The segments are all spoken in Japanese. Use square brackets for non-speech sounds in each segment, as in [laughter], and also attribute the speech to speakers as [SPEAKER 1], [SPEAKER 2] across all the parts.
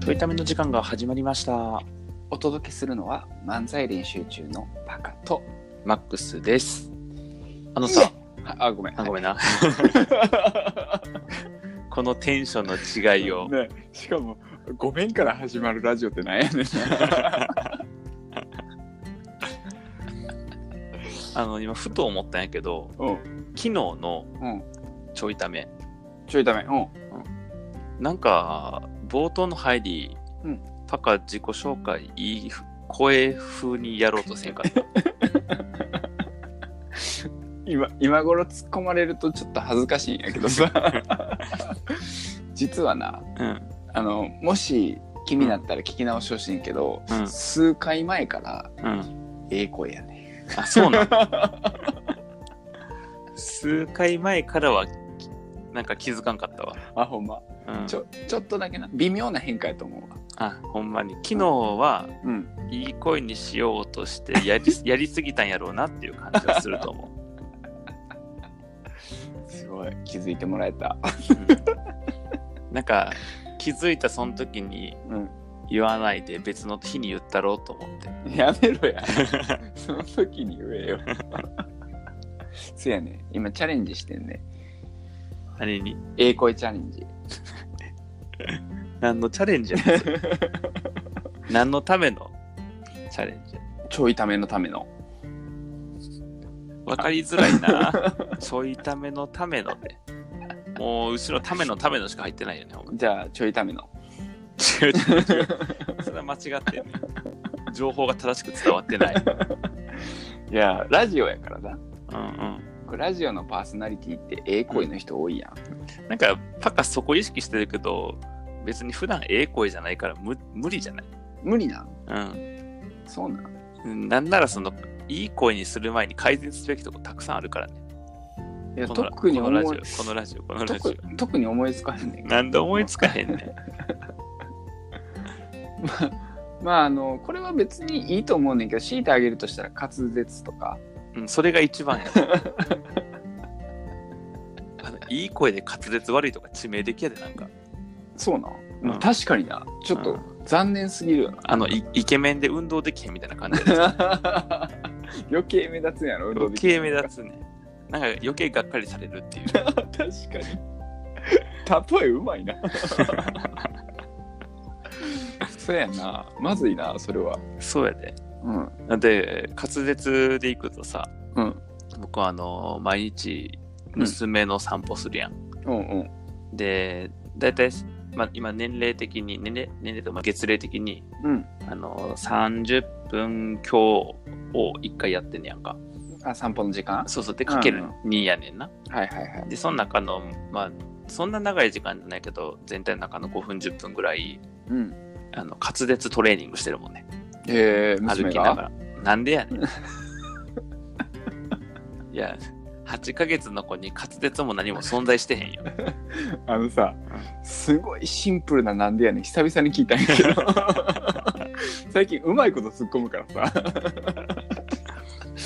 [SPEAKER 1] といための時間が始まりました。
[SPEAKER 2] お届けするのは漫才練習中のパカと。
[SPEAKER 1] マックスです。あの
[SPEAKER 2] い
[SPEAKER 1] さ、
[SPEAKER 2] はあ、ごめん。
[SPEAKER 1] あごめ [laughs] んな。
[SPEAKER 2] ん。
[SPEAKER 1] このテンションの違いを。
[SPEAKER 2] ね、しかも、ごめんから始まるラジオってなんやねんな。
[SPEAKER 1] あの、今、ふと思ったんやけど、
[SPEAKER 2] うん。
[SPEAKER 1] 昨日の
[SPEAKER 2] うん
[SPEAKER 1] ちょいため、
[SPEAKER 2] ちょいダメ。うん。
[SPEAKER 1] なんか、冒頭の入り、
[SPEAKER 2] うん
[SPEAKER 1] パカ自己紹介、いい声風にやろうとせんかった。
[SPEAKER 2] 今今頃突っ込まれるとちょっと恥ずかしいんやけど [laughs] さ実はな
[SPEAKER 1] [laughs] うん。
[SPEAKER 2] あのもし気になったら聞き直してほしいんやけど、
[SPEAKER 1] うん
[SPEAKER 2] 数回前から
[SPEAKER 1] うん。
[SPEAKER 2] ええ声や [laughs] ね
[SPEAKER 1] あ、そうなの [laughs] 数回前からは、なんか気づかんかったわ。
[SPEAKER 2] あほんま
[SPEAKER 1] うん
[SPEAKER 2] ちょちょっとだけな微妙な変化やと思うわ
[SPEAKER 1] あ、ほんまに。昨日は、
[SPEAKER 2] うん
[SPEAKER 1] いい声にしようとしてやり [laughs] やりすぎたんやろうなっていう感じがすると思う。
[SPEAKER 2] すごい気づいてもらえた
[SPEAKER 1] うんなんか気づいたその時に
[SPEAKER 2] うん
[SPEAKER 1] 言わないで別の日に言ったろうと思って。
[SPEAKER 2] [laughs] やめろ
[SPEAKER 1] [laughs]
[SPEAKER 2] やその時に言えよそやね今チャレンジしてんね
[SPEAKER 1] あれに
[SPEAKER 2] ええ声チャレンジ
[SPEAKER 1] 何のチャレンジやねんそれ何のためのチャレンジや
[SPEAKER 2] ちょいためのための
[SPEAKER 1] わかりづらいな。ちょいためのためので。もう後ろためのためのしか入ってないよね。ほん
[SPEAKER 2] [laughs]
[SPEAKER 1] ま
[SPEAKER 2] じゃあちょいための
[SPEAKER 1] 違う違う違う。それは間違ってる、ね。情報が正しく伝わってない。
[SPEAKER 2] いやラジオやからな
[SPEAKER 1] うんうん。
[SPEAKER 2] これラジオのパーソナリティってええ声の人多いやん、
[SPEAKER 1] なんかパカそこ意識してるけど別に普段ええ声じゃないから無無理じゃない、
[SPEAKER 2] 無理なん
[SPEAKER 1] うん
[SPEAKER 2] そうなん
[SPEAKER 1] うん、なんならそのいい声にする前に改善すべきとこたくさんあるからね
[SPEAKER 2] いや
[SPEAKER 1] このラ
[SPEAKER 2] 特に
[SPEAKER 1] このラジ
[SPEAKER 2] 思い
[SPEAKER 1] オこのラジオこのラジ
[SPEAKER 2] 特
[SPEAKER 1] オ
[SPEAKER 2] 特に思いつかへんねんけど
[SPEAKER 1] なんで思いつかへんねん
[SPEAKER 2] まああのこれは別にいいと思うねんけど強いてあげるとしたら滑舌とか
[SPEAKER 1] うん、 [laughs] それが一番やろあのいい声で滑舌悪いとか致命的やでなんか
[SPEAKER 2] そうなん、
[SPEAKER 1] うん
[SPEAKER 2] まあ確かになちょっ
[SPEAKER 1] う
[SPEAKER 2] と残念すぎるよな
[SPEAKER 1] あのいイケメンで運動できへんみたいな感じで
[SPEAKER 2] [laughs] 余計目立つんやろ運動
[SPEAKER 1] 余
[SPEAKER 2] できる
[SPEAKER 1] 計目立つねなんか余計がっかりされるっていう
[SPEAKER 2] 確かに例えうまい [laughs] なそうやなまずいなそれは
[SPEAKER 1] そうやで
[SPEAKER 2] うん
[SPEAKER 1] で滑舌で行くとさ、
[SPEAKER 2] うん
[SPEAKER 1] 僕はあの毎日娘の散歩するやん、
[SPEAKER 2] うんうん
[SPEAKER 1] で大体、まあ、今年齢的に年齢年齢とまあ月齢的に
[SPEAKER 2] うん
[SPEAKER 1] あの30分強を1回やってんねやんか
[SPEAKER 2] あ散歩の時間
[SPEAKER 1] そうそうでかける2やねんな、
[SPEAKER 2] はいはいはい
[SPEAKER 1] でその中のまあそんな長い時間じゃないけど全体の中の5分10分ぐらい
[SPEAKER 2] うん
[SPEAKER 1] あの滑舌トレーニングしてるもんね
[SPEAKER 2] ええ
[SPEAKER 1] 歩
[SPEAKER 2] 娘
[SPEAKER 1] きな
[SPEAKER 2] が
[SPEAKER 1] がら。なんでや
[SPEAKER 2] [laughs]
[SPEAKER 1] ねん。いや、8ヶ月の子に滑舌も何も存在してへんよ。
[SPEAKER 2] あのさ、すごいシンプルななんでやねん、久々に聞いたんやけ [laughs] ど。最近うまいこと突っ込むからさ、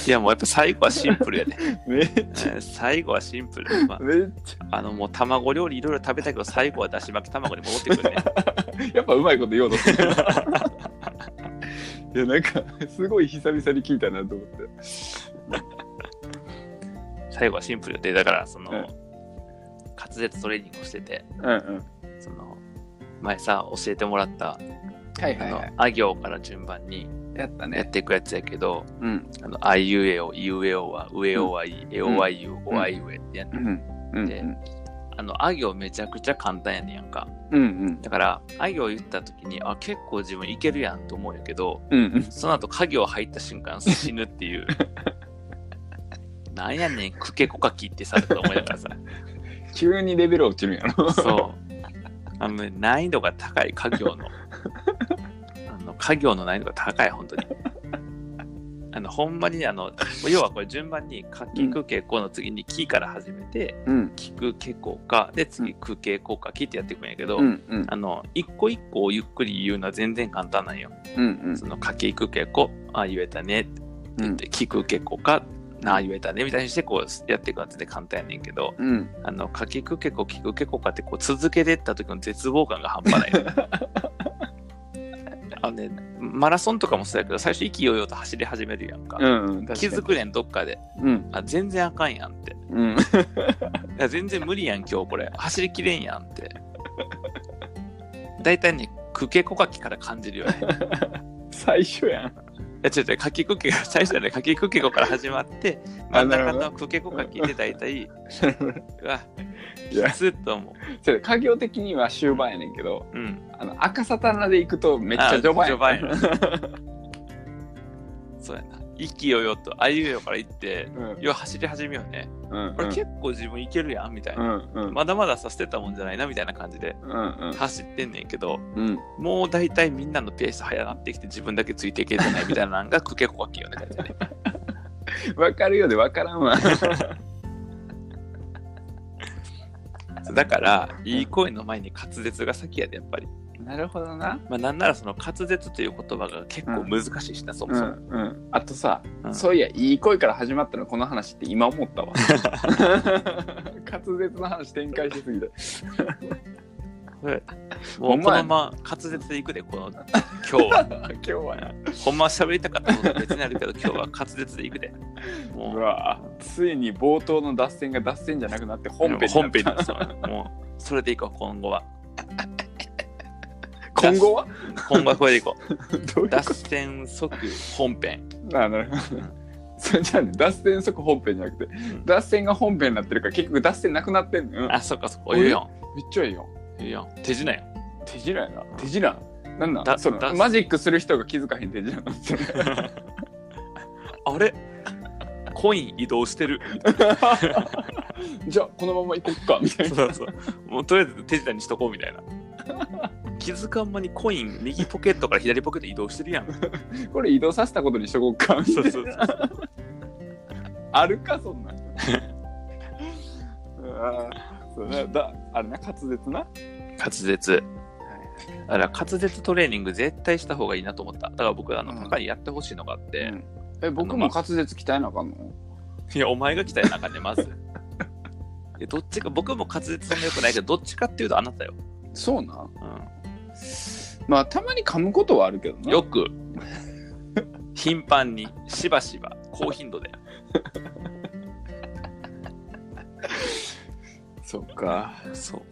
[SPEAKER 1] いや、もうやっぱ最後はシンプルやね。
[SPEAKER 2] [laughs] めっち
[SPEAKER 1] うん最後はシンプル。ま
[SPEAKER 2] ゃ、めっち
[SPEAKER 1] あ、あの、もう卵料理いろいろ食べたけど、最後はだし巻き卵に戻ってくるね。
[SPEAKER 2] ゃ、 [laughs] やっぱうまいこと言おうとする。いや、なんか、すごい久々に聞いたなと思って。
[SPEAKER 1] 最後はシンプルで、だから、その、
[SPEAKER 2] うん
[SPEAKER 1] 滑舌トレーニングをしてて、
[SPEAKER 2] うんうん。
[SPEAKER 1] その、前さ、教えてもらった、
[SPEAKER 2] は
[SPEAKER 1] あ
[SPEAKER 2] いはい
[SPEAKER 1] の
[SPEAKER 2] はい。、
[SPEAKER 1] あ行から順番に
[SPEAKER 2] やった
[SPEAKER 1] やっ
[SPEAKER 2] ね。
[SPEAKER 1] ていくやつやけど、
[SPEAKER 2] うん。
[SPEAKER 1] あの、あいうえお、いうえおは、うえおはい、えおはいゆ、おあいうえってやっ
[SPEAKER 2] う
[SPEAKER 1] て、
[SPEAKER 2] ん。うん。うん
[SPEAKER 1] であの、あ行めちゃくちゃ簡単やねんやんか。
[SPEAKER 2] うん。
[SPEAKER 1] だから、あ行言った時に、あ、結構自分いけるやんと思うんやけど、
[SPEAKER 2] うんうん。
[SPEAKER 1] その後、家行入った瞬間死ぬっていう。 [laughs] なんやねん、くけこかきってさ、と思いながらさ。
[SPEAKER 2] 急にレベル落ちるんやろ。
[SPEAKER 1] そう。あのね、難易度が高い家業の。あの、家業の難易度が高い、本当に。あの、ほんまに、あの、要はこれ順番に、かきくけこの次に、きから始めて、
[SPEAKER 2] うん。
[SPEAKER 1] きくけこか、で、次、くけこか、きってやっていくんやけど、
[SPEAKER 2] うんうん。
[SPEAKER 1] あの、一個一個をゆっくり言うのは全然簡単なんよ。
[SPEAKER 2] うん
[SPEAKER 1] その、かきくけこ、あ、言えたね、
[SPEAKER 2] うん。
[SPEAKER 1] で、きくけこか、なあ、言えたね、みたいにして、こう、やっていくのは全然簡単やねんけど、
[SPEAKER 2] うん。
[SPEAKER 1] あ
[SPEAKER 2] [laughs]
[SPEAKER 1] の、かきくけこ、きくけこかって、こう、続けてった時の絶望感が半端ない。あのね、マラソンとかもそうやけど、最初、意気揚々と走り始めるやんか。
[SPEAKER 2] うん。
[SPEAKER 1] 気づ
[SPEAKER 2] く。
[SPEAKER 1] くねん、どっかで。
[SPEAKER 2] うん。
[SPEAKER 1] あ、全然あかんやんって。
[SPEAKER 2] うん。
[SPEAKER 1] いや全然無理やん今日これ走りきれんやんって大体ねクケコカキから感じるよ
[SPEAKER 2] [laughs]
[SPEAKER 1] ねい
[SPEAKER 2] 最初やん。
[SPEAKER 1] や違う違うかきクケが最初はねかきクケコから始まって真ん中
[SPEAKER 2] なる
[SPEAKER 1] のクケコカキで大体うわ
[SPEAKER 2] [laughs] いや
[SPEAKER 1] きつっと思
[SPEAKER 2] それ、家業的には終盤やねんけど、
[SPEAKER 1] ううん
[SPEAKER 2] あの、赤サタナで行くとめっちゃ序盤やん。
[SPEAKER 1] あ序そうやな息をよとあいうよから行って
[SPEAKER 2] うん。
[SPEAKER 1] よ走り始めようね
[SPEAKER 2] うん。
[SPEAKER 1] これ結構自分いけるやんみたい
[SPEAKER 2] うん
[SPEAKER 1] な、
[SPEAKER 2] うん。
[SPEAKER 1] まだまださ捨てたもんじゃないなみたいな感じで
[SPEAKER 2] うん
[SPEAKER 1] 走ってんねんけど、
[SPEAKER 2] うん。うん。
[SPEAKER 1] もう大体みんなのペース早なってきて自分だけついていけてないみたいなのがクケコカキよね。大体ね
[SPEAKER 2] わかるようでわからんわ。
[SPEAKER 1] だから、いい声の前に滑舌が先やで、やっぱり。
[SPEAKER 2] なるほどな。
[SPEAKER 1] まあ、なんならその滑舌という言葉が結構難しいしな、そも
[SPEAKER 2] うん
[SPEAKER 1] そうも。
[SPEAKER 2] ん。あとさ、
[SPEAKER 1] うん
[SPEAKER 2] そういや、いい声から始まったのこの話って今思ったわ。 [laughs] 滑舌の話展開しすぎて。
[SPEAKER 1] も
[SPEAKER 2] ほん
[SPEAKER 1] うこ
[SPEAKER 2] まや
[SPEAKER 1] のまま滑舌でいくで、この今
[SPEAKER 2] [laughs]
[SPEAKER 1] 日は。
[SPEAKER 2] [laughs] 今日はな。
[SPEAKER 1] ほんまは喋りたかったことは別にあるけど、今日は滑舌でいくで。も
[SPEAKER 2] う
[SPEAKER 1] う
[SPEAKER 2] わついに冒頭の脱線が脱線じゃなくなって本編になった
[SPEAKER 1] 本編にそうもうそれでいこう、今後は。
[SPEAKER 2] [laughs] 今後は
[SPEAKER 1] 今後はこれでいこう。
[SPEAKER 2] [laughs] どういうこ
[SPEAKER 1] 脱線即本編。
[SPEAKER 2] とあなるほどそれじゃあね脱線即本編じゃなくて
[SPEAKER 1] ん
[SPEAKER 2] 脱線が本編になってるから結局脱線なくなってんのよめっ
[SPEAKER 1] あ、そっかそっか。お湯よ。
[SPEAKER 2] ちゃいいよ
[SPEAKER 1] 湯よ。手品よ。
[SPEAKER 2] 手品やな手品なんな
[SPEAKER 1] だ
[SPEAKER 2] んその
[SPEAKER 1] だ
[SPEAKER 2] マジックする人が気づかへん手品なんです [laughs] よ
[SPEAKER 1] あれコイン移動してる。
[SPEAKER 2] じゃあこのまま行こっかみたいな
[SPEAKER 1] [laughs] そうそう。もうとりあえず手品にしとこうみたいな。気づかんまにコイン右ポケットから左ポケット移動してるやん。
[SPEAKER 2] これ移動させたことにしとこうかみたい
[SPEAKER 1] そう
[SPEAKER 2] な
[SPEAKER 1] そうそう
[SPEAKER 2] あるかそんなんうわそうなだあれな滑舌な
[SPEAKER 1] 滑舌。だから滑舌トレーニング絶対した方がいいなと思った。だから僕、あの、
[SPEAKER 2] うん
[SPEAKER 1] パカにやってほしいのがあって、
[SPEAKER 2] うんえ僕も滑舌鍛えなあかんの
[SPEAKER 1] いや、お前が来たよ、中で、ま [laughs] ず。でどっちか、僕も滑舌そんな良くないけど、どっちかっていうとあなたよ。
[SPEAKER 2] そうなん
[SPEAKER 1] う
[SPEAKER 2] まあたまに噛むことはあるけど
[SPEAKER 1] ん、
[SPEAKER 2] な
[SPEAKER 1] よく、頻繁に、しばしば、高頻度で。
[SPEAKER 2] そっか
[SPEAKER 1] そう。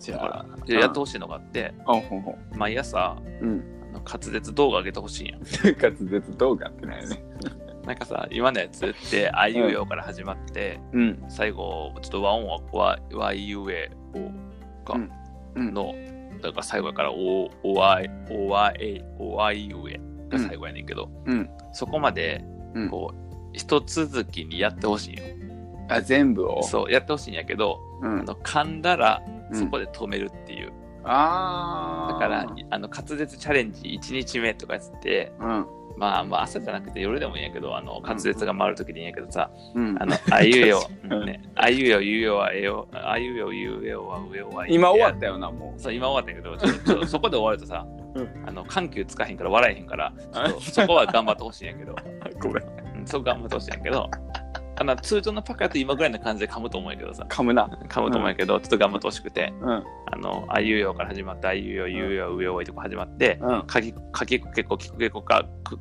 [SPEAKER 2] じ
[SPEAKER 1] だ
[SPEAKER 2] ゃ
[SPEAKER 1] か
[SPEAKER 2] あ
[SPEAKER 1] ら、やってほしいのがあって、
[SPEAKER 2] あほんほん
[SPEAKER 1] 毎朝、
[SPEAKER 2] うん
[SPEAKER 1] あの滑舌動画上げてほしいんやん。
[SPEAKER 2] 滑舌動画ってないね
[SPEAKER 1] なんかさ、今のやつって、あいうえおから始まって、
[SPEAKER 2] うん
[SPEAKER 1] 最後、ちょっと和音は、わわいうえおか、
[SPEAKER 2] うんうん
[SPEAKER 1] の、だから最後やから、お、おわい、おわえ、おわいうえが最後やねんけど、
[SPEAKER 2] うん
[SPEAKER 1] そこまで
[SPEAKER 2] う、ん
[SPEAKER 1] こう、一続きにやってほしいんよ。
[SPEAKER 2] あ全部を
[SPEAKER 1] そう、やってほしいんやけど、
[SPEAKER 2] う
[SPEAKER 1] あ
[SPEAKER 2] ん
[SPEAKER 1] の噛んだら、
[SPEAKER 2] うん
[SPEAKER 1] そこで止めるっていう。
[SPEAKER 2] あ
[SPEAKER 1] だ
[SPEAKER 2] ー
[SPEAKER 1] から、あの、滑舌チャレンジ1日目とかやつって、
[SPEAKER 2] うん
[SPEAKER 1] まあまあ朝じゃなくて夜でもいいんやけど、あの滑舌が回るときでいいんやけどさ、
[SPEAKER 2] うん
[SPEAKER 1] あの、あいうえお、
[SPEAKER 2] かに
[SPEAKER 1] ね、あいうえお、ゆうえおはえよ、あいうえお、ゆうえおはうえおはえよ
[SPEAKER 2] 今終わったよなも
[SPEAKER 1] そう、今終わったけど、ちょっとちょっと
[SPEAKER 2] [laughs]
[SPEAKER 1] そこで終わるとさ
[SPEAKER 2] う、
[SPEAKER 1] あの、緩急つかへんから笑えへんから、ちょっとそこは頑張ってほしいんやけど、
[SPEAKER 2] うごめん
[SPEAKER 1] うんそこ頑張ってほしいんやけど、あの、通常のパカやと今ぐらいの感じで噛むと思うんやけどさ、
[SPEAKER 2] 噛むな
[SPEAKER 1] 噛むと思うんやけど、ちょっと頑張ってほしくて、
[SPEAKER 2] うん
[SPEAKER 1] あの、あいうえおから始まって、あいうえお、ゆうえお、うえおはいとこ始まって、
[SPEAKER 2] うん
[SPEAKER 1] かきかきくけこきくけこかく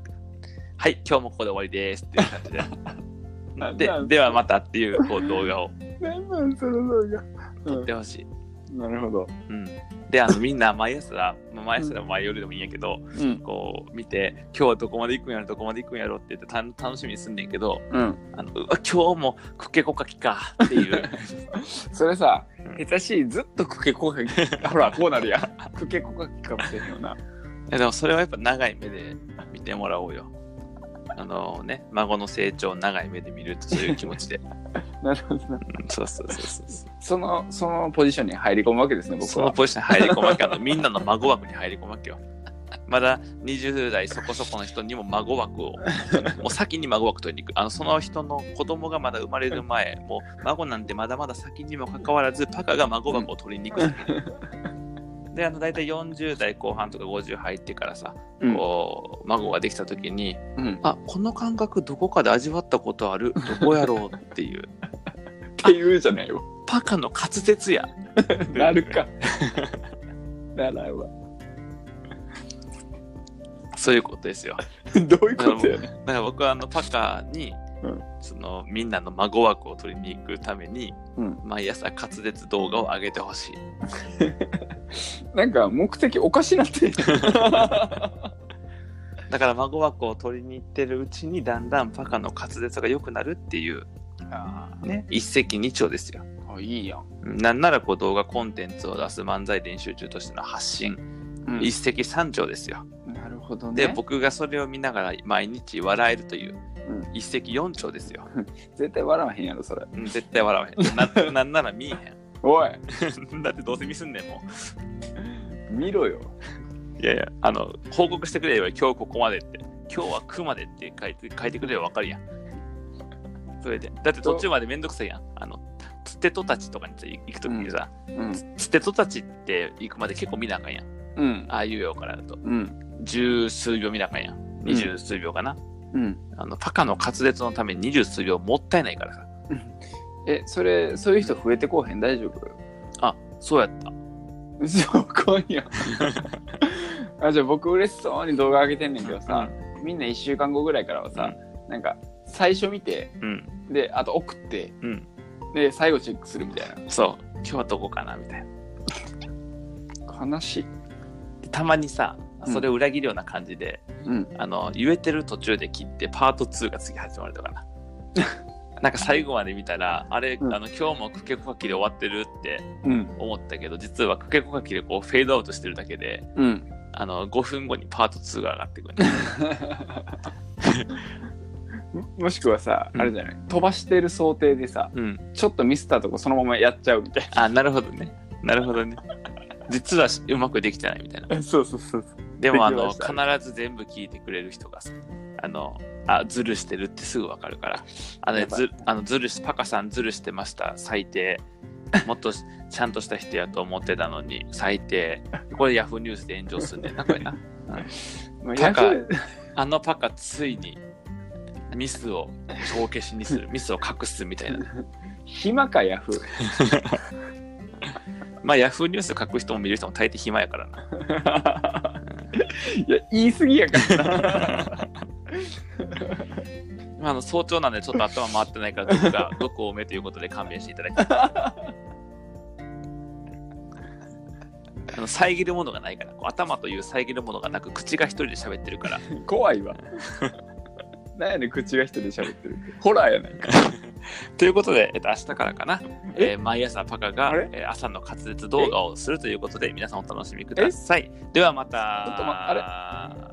[SPEAKER 1] はい今日もここで終わりですっていう感 [laughs] じで
[SPEAKER 2] な
[SPEAKER 1] で
[SPEAKER 2] なん
[SPEAKER 1] ではまたっていうこう動画を
[SPEAKER 2] 全部その動画
[SPEAKER 1] 撮ってほしい、
[SPEAKER 2] うんなるほど
[SPEAKER 1] うんであのみんな毎朝まあ毎朝でも毎夜でもいいんやけど、
[SPEAKER 2] うん
[SPEAKER 1] こう見て今日はどこまで行くんやろどこまで行くんやろって言ってた楽しみにすんねんけど
[SPEAKER 2] うん
[SPEAKER 1] あのうわ今日もくけこかきかっていう [laughs]
[SPEAKER 2] それさ
[SPEAKER 1] うん
[SPEAKER 2] 下手しいずっとクケ [laughs] コカキほらこうなるやんクケコカキかもしれんよない
[SPEAKER 1] やでもそれはやっぱ長い目で見てもらおうよあのね孫の成長を長い目で見るとそういう気持 [laughs] ちで、
[SPEAKER 2] なるほどな
[SPEAKER 1] うん、そうそうそうそうそう
[SPEAKER 2] そのそのポジションに入り込むわけですね僕
[SPEAKER 1] その
[SPEAKER 2] は
[SPEAKER 1] ポジションに入り込むわけあ [laughs] のみんなの孫枠に入り込むわけよ。まだ20代そこそこの人にも孫枠を、 [laughs] もう先に孫枠取りに行く。あのその人の子供がまだ生まれる前、もう孫なんてまだまだ先にもかかわらず、パカが孫枠を取りに行
[SPEAKER 2] [laughs]
[SPEAKER 1] く。で、あの大体40代後半とか50入ってからさ、
[SPEAKER 2] うん
[SPEAKER 1] こう孫ができた時に、
[SPEAKER 2] うん
[SPEAKER 1] あこの感覚どこかで味わったことある、どこやろうっていう、
[SPEAKER 2] っていうじゃないよ
[SPEAKER 1] パカの滑
[SPEAKER 2] [laughs]
[SPEAKER 1] 舌や。
[SPEAKER 2] なるかならんわ
[SPEAKER 1] そういうことですよ。
[SPEAKER 2] どういうことやね
[SPEAKER 1] だから僕はあのパカに、
[SPEAKER 2] うん
[SPEAKER 1] そのみんなの孫枠を取りに行くために、
[SPEAKER 2] うん
[SPEAKER 1] 毎朝滑舌動画を上げてほしい。
[SPEAKER 2] なんか目的おかしなってんね
[SPEAKER 1] だから孫枠を取りに行ってるうちにだんだんパカの滑舌が良くなるっていう
[SPEAKER 2] あ
[SPEAKER 1] [laughs] ね一石二鳥ですよ。
[SPEAKER 2] あいいやん、
[SPEAKER 1] なんならこう動画コンテンツを出す漫才練習中としての発信、
[SPEAKER 2] うん
[SPEAKER 1] 一石三鳥ですよ。
[SPEAKER 2] なるほど
[SPEAKER 1] で、
[SPEAKER 2] ね
[SPEAKER 1] 僕がそれを見ながら毎日笑えるという、
[SPEAKER 2] う
[SPEAKER 1] 一石四鳥ですよ。
[SPEAKER 2] 絶対笑わへんやろそれ
[SPEAKER 1] うん絶対笑わへん。ななん [laughs] なら見え
[SPEAKER 2] おい
[SPEAKER 1] へん。だってどうせミスんねんも
[SPEAKER 2] 見ろよ
[SPEAKER 1] ん。いやいや、あの、報告してくれよ、今日ここまでって。今日は9までって書いて書いてくれよ、わかるやん。それで、だって途中までめんどくさいやん。あの、つてとたちとかに行くときにさ、
[SPEAKER 2] うん
[SPEAKER 1] つてとたちって行くまで結構見なあかんやん。
[SPEAKER 2] うん
[SPEAKER 1] ああいうよからだと。
[SPEAKER 2] うん
[SPEAKER 1] 十数秒見なあかんやん。二十数秒かな。
[SPEAKER 2] うん
[SPEAKER 1] あのパカの滑舌のために二十数秒もったいないからさ。
[SPEAKER 2] えそれそういう人増えてこうへん大丈夫
[SPEAKER 1] あそうやった。
[SPEAKER 2] そこにあじゃあ僕嬉しそうに動画上げてんねんけどさ、みんな1週間後ぐらいからはさ、なんか最初見て
[SPEAKER 1] うん。
[SPEAKER 2] であと送って、
[SPEAKER 1] うん
[SPEAKER 2] で最後チェックするみたい
[SPEAKER 1] そう。今日はどこかなみたいな。
[SPEAKER 2] な悲しい、
[SPEAKER 1] でたまにさ、
[SPEAKER 2] うん
[SPEAKER 1] それを裏切るような感じで、
[SPEAKER 2] うん、
[SPEAKER 1] あの言えてる途中で切ってパート2が次始まるとか
[SPEAKER 2] [laughs]
[SPEAKER 1] な。なんか最後まで見たら、あれ、
[SPEAKER 2] うん
[SPEAKER 1] あの今日もクケコカキで終わってるって
[SPEAKER 2] うん
[SPEAKER 1] 思ったけど、実はクケコカキでこうフェードアウトしてるだけで、
[SPEAKER 2] うん
[SPEAKER 1] あの5分後にパート2が上がってくるね、
[SPEAKER 2] もしくはさ
[SPEAKER 1] うん
[SPEAKER 2] あれじゃない、飛ばしてる想定でさ
[SPEAKER 1] うん。
[SPEAKER 2] ちょっとミスったとこそのままやっちゃうみたい
[SPEAKER 1] あなるほどねなるほどね実はしうまくできてないみたいな
[SPEAKER 2] な [laughs] そうそうそう
[SPEAKER 1] でもあの
[SPEAKER 2] でき
[SPEAKER 1] 必
[SPEAKER 2] ま
[SPEAKER 1] ず全部聞いてくれる人がさあのあずるしてるってすぐわかるからあの
[SPEAKER 2] や
[SPEAKER 1] ね
[SPEAKER 2] ばい
[SPEAKER 1] ずあのずるしパカさんずるしてました最
[SPEAKER 2] [laughs]
[SPEAKER 1] 低もっとしちゃんとした人やと思ってたのに最低これヤフーニュースで炎上すんねん
[SPEAKER 2] [laughs]
[SPEAKER 1] なこれな
[SPEAKER 2] まあ
[SPEAKER 1] パカ
[SPEAKER 2] やる
[SPEAKER 1] あのパカついにミスを帳消しにするミスを隠すみたいな
[SPEAKER 2] [laughs] 暇か [laughs] ヤフー
[SPEAKER 1] まあヤフーニュース書く人も見る人も大抵暇やからない
[SPEAKER 2] や言い過ぎやからな
[SPEAKER 1] まああの早朝なんでちょっと頭回ってないからどこ
[SPEAKER 2] [laughs]
[SPEAKER 1] がどこを目ということで勘弁していただきあの遮るものがないからこう頭という遮るものがなく口が一人で喋ってるから
[SPEAKER 2] 怖いわなんやねん口が人で喋ってるってホラーやないか
[SPEAKER 1] ということで、えっと、明日からかな、
[SPEAKER 2] え
[SPEAKER 1] えー毎朝パカ
[SPEAKER 2] あ
[SPEAKER 1] が
[SPEAKER 2] れ、
[SPEAKER 1] えー朝の滑舌動画をするということで皆さんお楽しみくださいではまた
[SPEAKER 2] ちょっとまあれ
[SPEAKER 1] れ